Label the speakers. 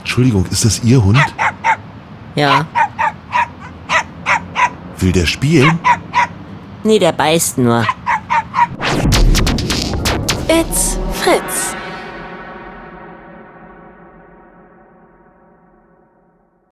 Speaker 1: Entschuldigung, ist das Ihr Hund?
Speaker 2: Ja.
Speaker 1: Will der spielen?
Speaker 2: Nee, der beißt nur.
Speaker 3: It's Fritz.